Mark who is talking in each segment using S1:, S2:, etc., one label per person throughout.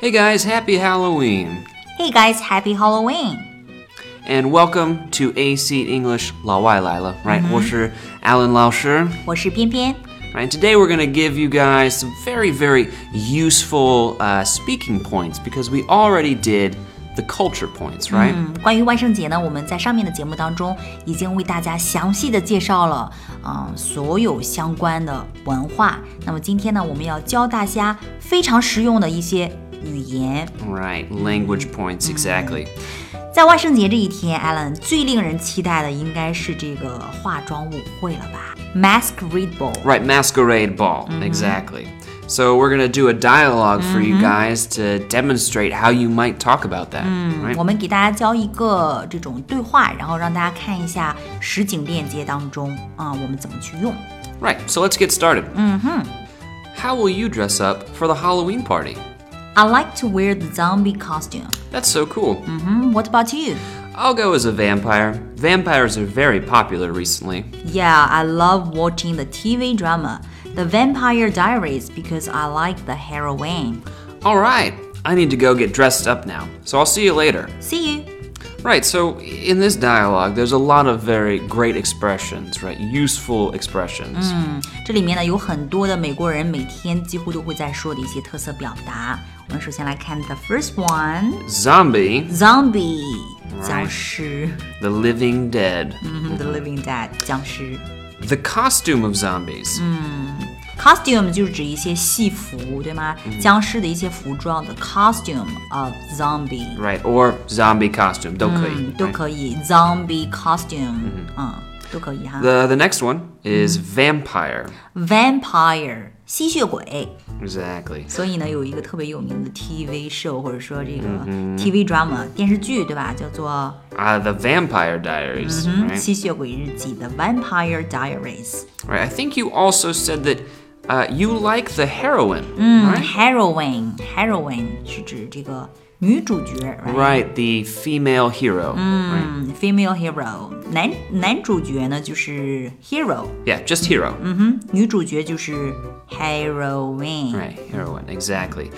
S1: Hey guys, happy Halloween!
S2: Hey guys, happy Halloween!
S1: And welcome to AC English 老外来了, right? 我是 Alan 老师.
S2: 我是边边。
S1: Right, and today we're going to give you guys some very, very useful uh, speaking points because we already did the culture points, right?
S2: 嗯，关于万圣节呢，我们在上面的节目当中已经为大家详细的介绍了，嗯、所有相关的文化。那么今天呢，我们要教大家非常实用的一些语言。
S1: Right, language points, exactly.
S2: 在万圣节这一天，Alan 最令人期待的应该是这个化妆舞会了吧？Masquerade Ball。
S1: Right, masquerade ball, exactly. So we're going to do a dialogue for you guys to demonstrate how you might talk about that, right?
S2: 我们给大家教一个这种对话，然后让大家看一下实景链接当中啊、我们怎么去用。
S1: Right, so let's get started. Mm-hmm. How will you dress up for the Halloween party?
S2: I like to wear the zombie costume.
S1: That's so cool.
S2: Hmm, what about you?
S1: I'll go as a vampire. Vampires are very popular recently.
S2: Yeah, I love watching the TV drama The Vampire Diaries because I like the heroine.
S1: All right, I need to go get dressed up now, so I'll see you later.
S2: See you.
S1: Right, so in this dialogue, there's a lot of very great expressions, right? Useful expressions.
S2: 这里面呢有很多的美国人每天几乎都会在说的一些特色表达。我们首先来看 the first one,
S1: Zombie,
S2: zombie，僵尸
S1: the living dead.
S2: 嗯，the living dead，僵尸。
S1: The costume of zombies.
S2: Costume 就是指一些戏服，对吗？僵尸的一些服装，the costume of zombie，
S1: Right, or zombie costume. 都可以,
S2: 嗯，
S1: right?
S2: 都可以，zombie costume，嗯，都可以哈。
S1: The, the next one is vampire.
S2: Vampire，吸血鬼。
S1: Exactly.
S2: 所以呢，有一个特别有名的 TV show 或者说这个 TV drama 电视剧，对吧？叫做
S1: Uh, the Vampire Diaries.
S2: 《吸血鬼日记》The Vampire Diaries。
S1: Right. I think you also said that uh, you like the heroine.
S2: 哎
S1: Right?
S2: Heroine heroine 是指这个女主角
S1: Right.
S2: right?
S1: The female hero. Right?
S2: 嗯 female hero 男男主角呢就是 hero，
S1: Yeah, just hero.
S2: 女主角就是 heroine。
S1: Right. Heroine. Exactly.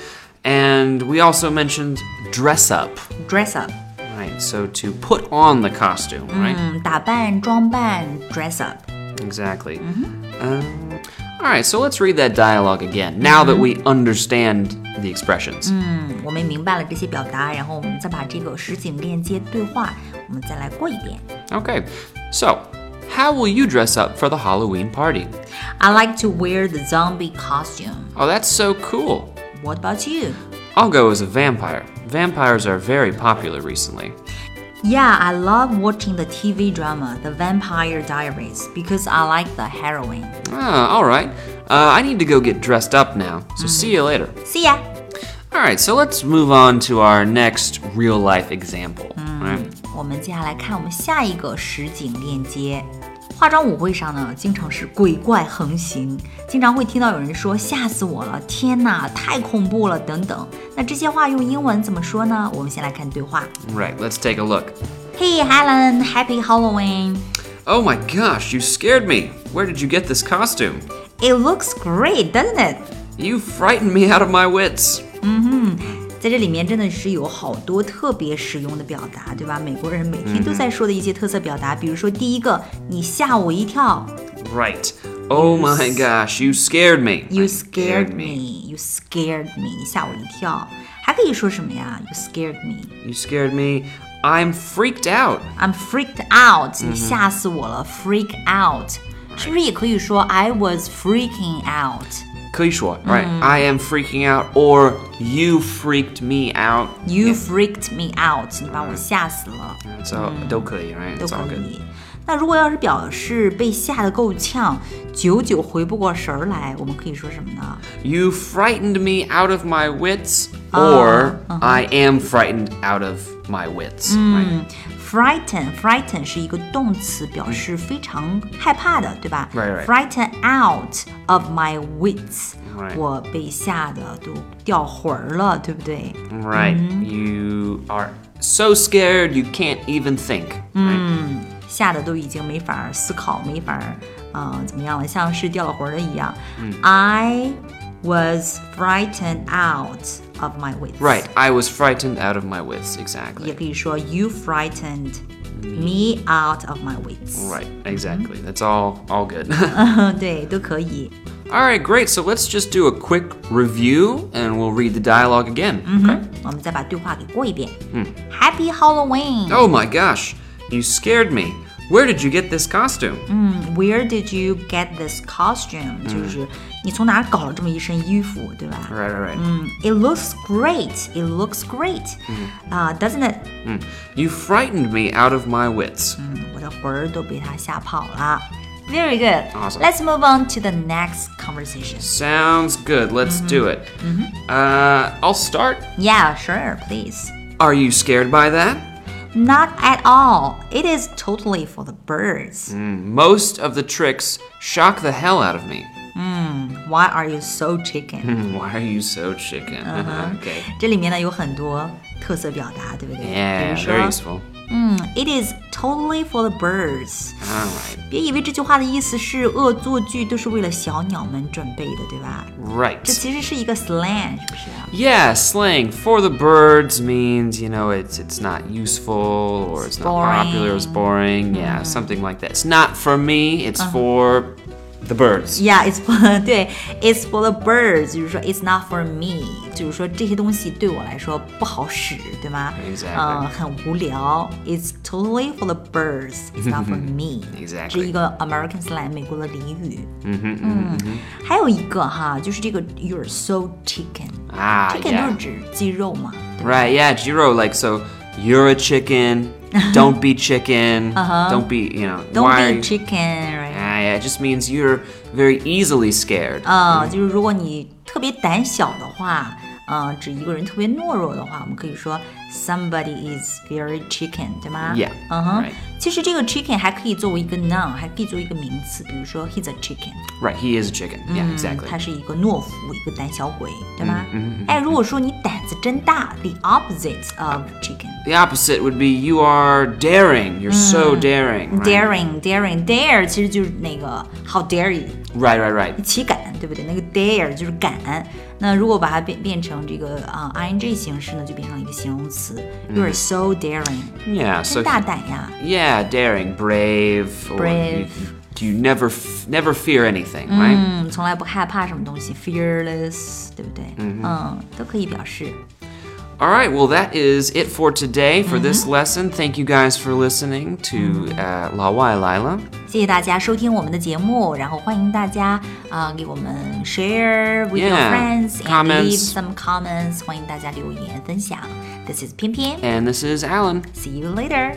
S1: And we also mentioned dress up.
S2: Dress up，
S1: Right. So to put on the costume. Right.
S2: 嗯，打扮装扮 dress up。
S1: Exactly. Um, all right. So let's read that dialogue again. Now that we understand the expressions.
S2: 嗯，我们明白了这些表达，然后我们再把这个实景链接对话，我们再来过一遍。
S1: Okay. So. How will you dress up for the Halloween party?
S2: I like to wear the zombie costume.
S1: Oh, that's so cool.
S2: What about you?
S1: I'll go as a vampire. Vampires are very popular recently.
S2: Yeah, I love watching the TV drama The Vampire Diaries because I like the heroine.
S1: Ah, all right. Uh, I need to go get dressed up now,
S2: Hmm.
S1: so see you later.
S2: See ya.
S1: All right, so let's move on to our next real life example. Right?
S2: 我们接下来看我们下一个实景链接。化妆舞会上呢，经常是鬼怪横行，经常会听到有人说“吓死我了”“天哪，太恐怖了”等等。那这些话用英文怎么说呢？我们先来看对话。
S1: right, let's take a look.
S2: Hey Helen, happy Halloween.
S1: Oh my gosh, you scared me. Where did you get this costume?
S2: It looks great, doesn't it?
S1: You frightened me out of my wits.
S2: 在这里面真的是有好多特别实用的表达，对吧？美国人每天都在说的一些特色表达，比如说第一个，你吓我一跳
S1: Right. Oh my gosh, you scared me.
S2: ，You scared me, you scared me，你吓我一跳。还可以说什么呀？You scared me,
S1: You scared me. I'm freaked out.
S2: I'm freaked out，你吓死我了，freak out，是不是也可以说 I was freaking out？You
S1: 可以说, right? I am freaking out or you freaked me out.
S2: freaked me out，你把我吓死了。
S1: So 都可以, right?
S2: Mm. 都
S1: It's
S2: 可
S1: all good.
S2: 以。那如果要是表示被吓得够呛，久久回不过神儿来，我们可以说什么呢
S1: You frightened me out of my wits
S2: Ah,
S1: or
S2: uh-huh.
S1: I am frightened out of my wits.
S2: Mm.
S1: right?
S2: ？Frighten，frighten 是一个动词，表示非常害怕的，对吧
S1: 嗯 Right, right.
S2: Frighten out of my wits，
S1: Right.
S2: 我被吓得都掉魂儿了，对不对？
S1: Right.
S2: Mm-hmm.
S1: You are so scared you can't even think.
S2: Mm.
S1: right?
S2: 吓得都已经没法儿思考，没法儿，呃，怎么样了，像是掉了魂儿的一样。I was frightened out of my wits.
S1: Right, I was frightened out of my wits, exactly.
S2: 也可以说 you frightened me out of my wits.
S1: Right, exactly. That's all all good.
S2: 对，都可以。
S1: all right, great. So let's just do a quick review and we'll read the dialogue again.
S2: Mm-hmm. 我们再把 对话给过一遍。嗯，Happy Halloween.
S1: Oh my gosh, you scared me. Where did you get this costume?
S2: Where did you get this costume？、就是
S1: Mm.
S2: 你从哪儿搞了这么一身衣服，对吧
S1: Right, right, right.
S2: ？It looks great. It looks great.
S1: Mm.
S2: 啊、d o e s n t it？
S1: You frightened me out of my wits.
S2: 嗯我的魂儿都被他吓跑了。Very good.
S1: Awesome.
S2: Let's move on to the next conversation.
S1: Sounds good. Let's do it. Uh, I'll start.
S2: Yeah, sure, please.
S1: Are you scared by that?
S2: Not at all. It is totally for the birds.
S1: Most of the tricks shock the hell out of me. Mm,
S2: Why are you so chicken?
S1: Why are you so chicken? okay.
S2: 这里面呢有很多特色表达，对不对
S1: Yeah,
S2: 比
S1: very
S2: 如说，
S1: useful.
S2: 嗯，It is totally for the birds.
S1: All right.
S2: 别以为这句话的意思是恶作剧都是为了小鸟们准备的，对吧？这
S1: Right.
S2: 其实是一个 slang，是不啊是？
S1: Yeah, slang for the birds means, you know, it's it's not useful or it's, not
S2: boring.
S1: popular, it's boring.
S2: Mm-hmm.
S1: Yeah, something like that. It's not for me,
S2: Uh-huh.
S1: it's for the birds.
S2: Yeah, it's for 对，it's for the birds，就是说 it's not for me，就是说这些东西对我来说不好使，对吗？
S1: Exactly.
S2: 嗯、很无聊。It's totally for the birds. It's not for me.
S1: Exactly.
S2: 是一个 American slang，美国的俚语。嗯嗯。还有一个哈，就是这个 you're so chicken。
S1: Ah,
S2: chicken 就
S1: yeah.
S2: 是指鸡肉嘛。
S1: Right, yeah, Jiro, like, so you're a chicken, don't be chicken, don't be, you know,
S2: Uh-huh. Don't
S1: why are
S2: be
S1: you-
S2: chicken, right?
S1: Ah, yeah, it just means you're very easily scared.
S2: 啊、就是如果你特别胆小的话，嗯、指一个人特别懦弱的话，我们可以说 somebody is very chicken，对吗
S1: Yeah，
S2: 嗯哼
S1: right
S2: 其实这个 chicken 还可以作为一个 noun，还可以作为一个名词，比如说 he's a chicken，
S1: right, he is a chicken. Yeah,
S2: 嗯
S1: exactly. 嗯
S2: 他是一个懦夫，一个胆小鬼，对吗？哎，如果说你胆子真大，the opposite of chicken。
S1: The opposite would be you are daring. You're
S2: Mm.
S1: so daring. Right?
S2: Daring, daring, dare，其实就是那个 How dare you，
S1: Right, right, right.
S2: 岂敢，对不对？那个 dare 就是敢。那如果把它变变成这个啊、ing 形式呢，就变成一个形容词。
S1: 嗯
S2: You are so daring，
S1: Yeah,
S2: 真
S1: so
S2: 大胆呀！
S1: yeah, daring, brave, or
S2: Brave. Mm.
S1: You, you never f- never fear anything, right?
S2: 嗯，从来不害怕什么东西，fearless，对不对？嗯，都可以表示。
S1: All right, well that is it for today for this lesson. Thank you guys for listening to uh, La Wai Lila.
S2: 谢谢大家收听我们的节目，然后欢迎大家啊、给我们 share with your
S1: Yeah,
S2: friends and leave
S1: comments.
S2: some comments，欢迎大家留言分享。This is 偏偏
S1: And this is Alan.
S2: ，see you later。